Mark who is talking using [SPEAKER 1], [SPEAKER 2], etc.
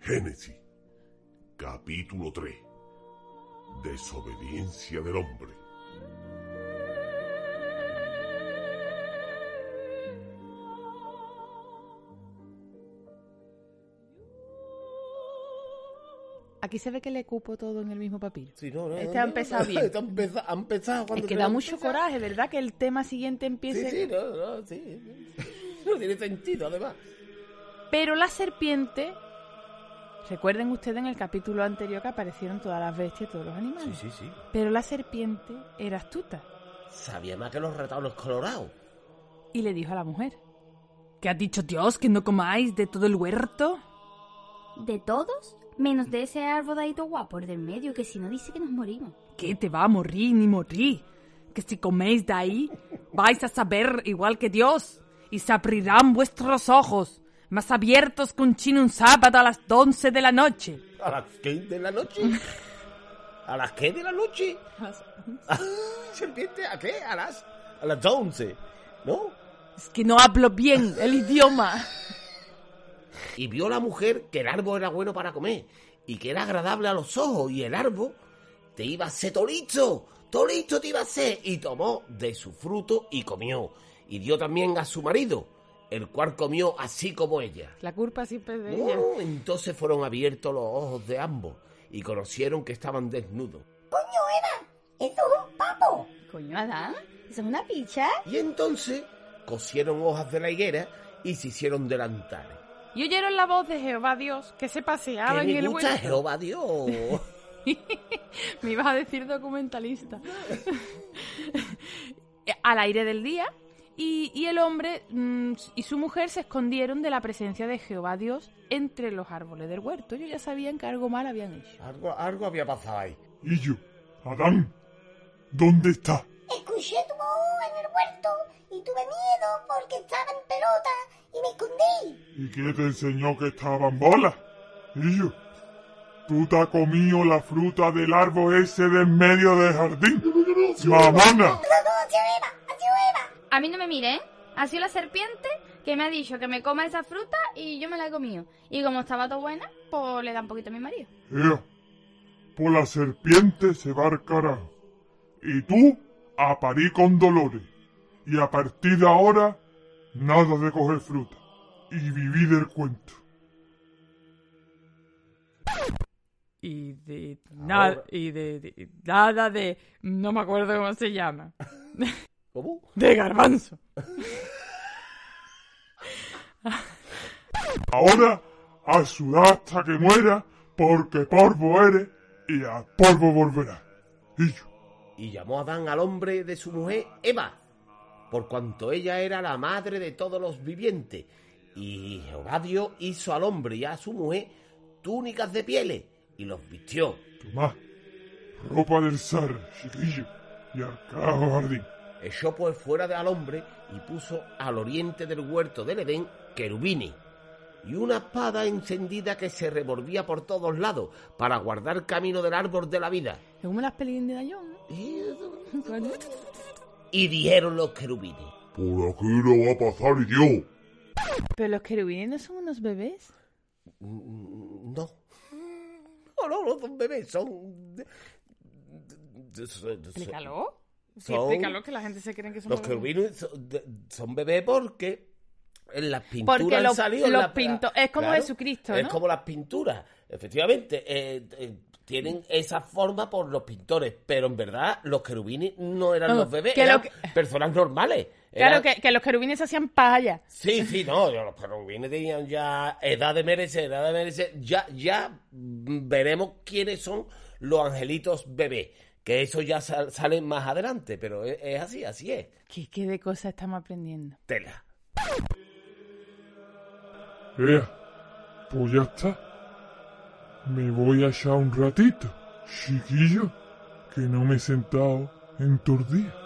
[SPEAKER 1] Génesis, capítulo 3. Desobediencia del hombre.
[SPEAKER 2] Aquí se ve que le cupo todo en el mismo papel.
[SPEAKER 3] Sí, no, no,
[SPEAKER 2] Este
[SPEAKER 3] no,
[SPEAKER 2] ha
[SPEAKER 3] no,
[SPEAKER 2] empezado
[SPEAKER 3] no,
[SPEAKER 2] bien.
[SPEAKER 3] Está empeza- ha empezado cuando
[SPEAKER 2] Es que
[SPEAKER 3] te
[SPEAKER 2] da
[SPEAKER 3] levantas.
[SPEAKER 2] mucho coraje, ¿verdad? Que el tema siguiente
[SPEAKER 3] Sí,
[SPEAKER 2] empiece.
[SPEAKER 3] sí, no, no, sí. No tiene sentido, además.
[SPEAKER 2] Pero la serpiente. Recuerden ustedes en el capítulo anterior que aparecieron todas las bestias, todos los animales.
[SPEAKER 3] sí, sí.
[SPEAKER 2] Pero la serpiente era astuta
[SPEAKER 3] Sabía más que los retablos colorados.
[SPEAKER 2] y le dijo a la mujer: ¿Qué ha dicho Dios que no comáis de todo el huerto?
[SPEAKER 4] De todos, menos de ese arboladito guapo el del medio, que si no dice que nos morimos.
[SPEAKER 2] que te va a morir ni morir, que si coméis de ahí vais a saber igual que Dios, y se abrirán vuestros ojos, más abiertos que un chino un sábado a las once de la noche.
[SPEAKER 3] ¿A las qué de la noche? ¿A las qué de la noche? ¿Serpiente? ¿A qué? ¿A las? A las 11. ¿No?
[SPEAKER 2] Es que no hablo bien el idioma.
[SPEAKER 3] Y vio la mujer que el árbol era bueno para comer y que era agradable a los ojos y el árbol te iba a ser tolito, tolito te iba a ser. Y tomó de su fruto y comió. Y dio también a su marido, el cual comió así como ella.
[SPEAKER 2] La culpa siempre es
[SPEAKER 3] Uh, entonces fueron abiertos los ojos de ambos y conocieron que estaban desnudos.
[SPEAKER 4] ¡Eso es un papo! Coño, Adán, ¿eso es una picha?
[SPEAKER 3] Y entonces cosieron hojas de la higuera y se hicieron delantales.
[SPEAKER 2] Y oyeron la voz de Jehová Dios que se
[SPEAKER 3] Que
[SPEAKER 2] paseaba en
[SPEAKER 3] me
[SPEAKER 2] el
[SPEAKER 3] gusta
[SPEAKER 2] huerto.
[SPEAKER 3] Jehová Dios.
[SPEAKER 2] Me ibas a decir documentalista. Al aire del día. Y, y el hombre mm, y su mujer se escondieron de la presencia de Jehová Dios entre los árboles del huerto. Ellos ya sabían que algo mal habían hecho.
[SPEAKER 3] algo, algo había pasado ahí.
[SPEAKER 1] Y yo, Adán, ¿dónde está?
[SPEAKER 5] Escuché tu voz en el huerto y tuve miedo porque estaba en pelota y me escondí.
[SPEAKER 1] ¿Y qué te enseñó que estaban bolas? Y yo, tú te has comido la fruta del árbol ese del medio del jardín. Mamona,
[SPEAKER 5] Todo hacia Eva, hacia Eva.
[SPEAKER 4] A mí no me mire, ¿eh? Ha sido la serpiente que me ha dicho que me coma esa fruta y yo me la he comido. Y como estaba todo buena, pues le da un poquito a mi marido.
[SPEAKER 1] ea, por la serpiente se va al carajo. Y tú, a parir con dolores. Y a partir de ahora, nada de coger fruta. Y viví del cuento.
[SPEAKER 2] Y de,
[SPEAKER 3] na- Ahora-
[SPEAKER 2] y de, nada de... No me acuerdo cómo se llama.
[SPEAKER 3] ¿Cómo?
[SPEAKER 2] De garbanzo.
[SPEAKER 1] Ahora a sudar hasta que muera, porque polvo eres y a polvo volverás. Y yo,
[SPEAKER 3] y llamó Adán al hombre de su mujer Eva, por cuanto ella era la madre de todos los vivientes. Y Jehová Dios hizo al hombre y a su mujer túnicas de pieles y los vistió.
[SPEAKER 1] Tomás, ropa del zar, chiquillo, y al carajo jardín.
[SPEAKER 3] Echó pues fuera de al hombre y puso al oriente del huerto del Edén querubines y una espada encendida que se revolvía por todos lados para guardar el camino del árbol de la vida.
[SPEAKER 2] Es como las pelis de Indiana Jones, ¿no?
[SPEAKER 3] Y dijeron los querubines.
[SPEAKER 1] Por aquí no va a pasar y yo.
[SPEAKER 2] Pero los querubines no son unos bebés.
[SPEAKER 3] Mm, No. No, no, no son bebés, son... Explícalo.
[SPEAKER 2] Sí,
[SPEAKER 3] Son-
[SPEAKER 2] explícalo que la gente se cree que son
[SPEAKER 3] Los
[SPEAKER 2] bebés.
[SPEAKER 3] querubines son, de- son bebés porque en las pinturas
[SPEAKER 2] Porque
[SPEAKER 3] han
[SPEAKER 2] los-
[SPEAKER 3] salido en
[SPEAKER 2] los
[SPEAKER 3] la-
[SPEAKER 2] pinto- es como Jesucristo,
[SPEAKER 3] Es
[SPEAKER 2] ¿no?
[SPEAKER 3] como las pinturas, efectivamente. eh, eh, tienen esa forma por los pintores, pero en verdad los querubines no eran
[SPEAKER 2] No,
[SPEAKER 3] los bebés,
[SPEAKER 2] que lo
[SPEAKER 3] eran
[SPEAKER 2] que-
[SPEAKER 3] personas normales.
[SPEAKER 2] Claro,
[SPEAKER 3] Eran-
[SPEAKER 2] que, que los querubines se hacían paya.
[SPEAKER 3] Sí, sí, no, yo- los querubines tenían ya edad de merecer, edad de merecer. Ya, ya mm, veremos quiénes son los angelitos bebés, que eso ya sal- sale más adelante, pero es, es así, así es.
[SPEAKER 2] ¿Qué, qué de cosas estamos aprendiendo?
[SPEAKER 3] Tela.
[SPEAKER 1] Ea, pues ya está. Me voy allá un ratito, chiquillo, que no me he sentado en tus días.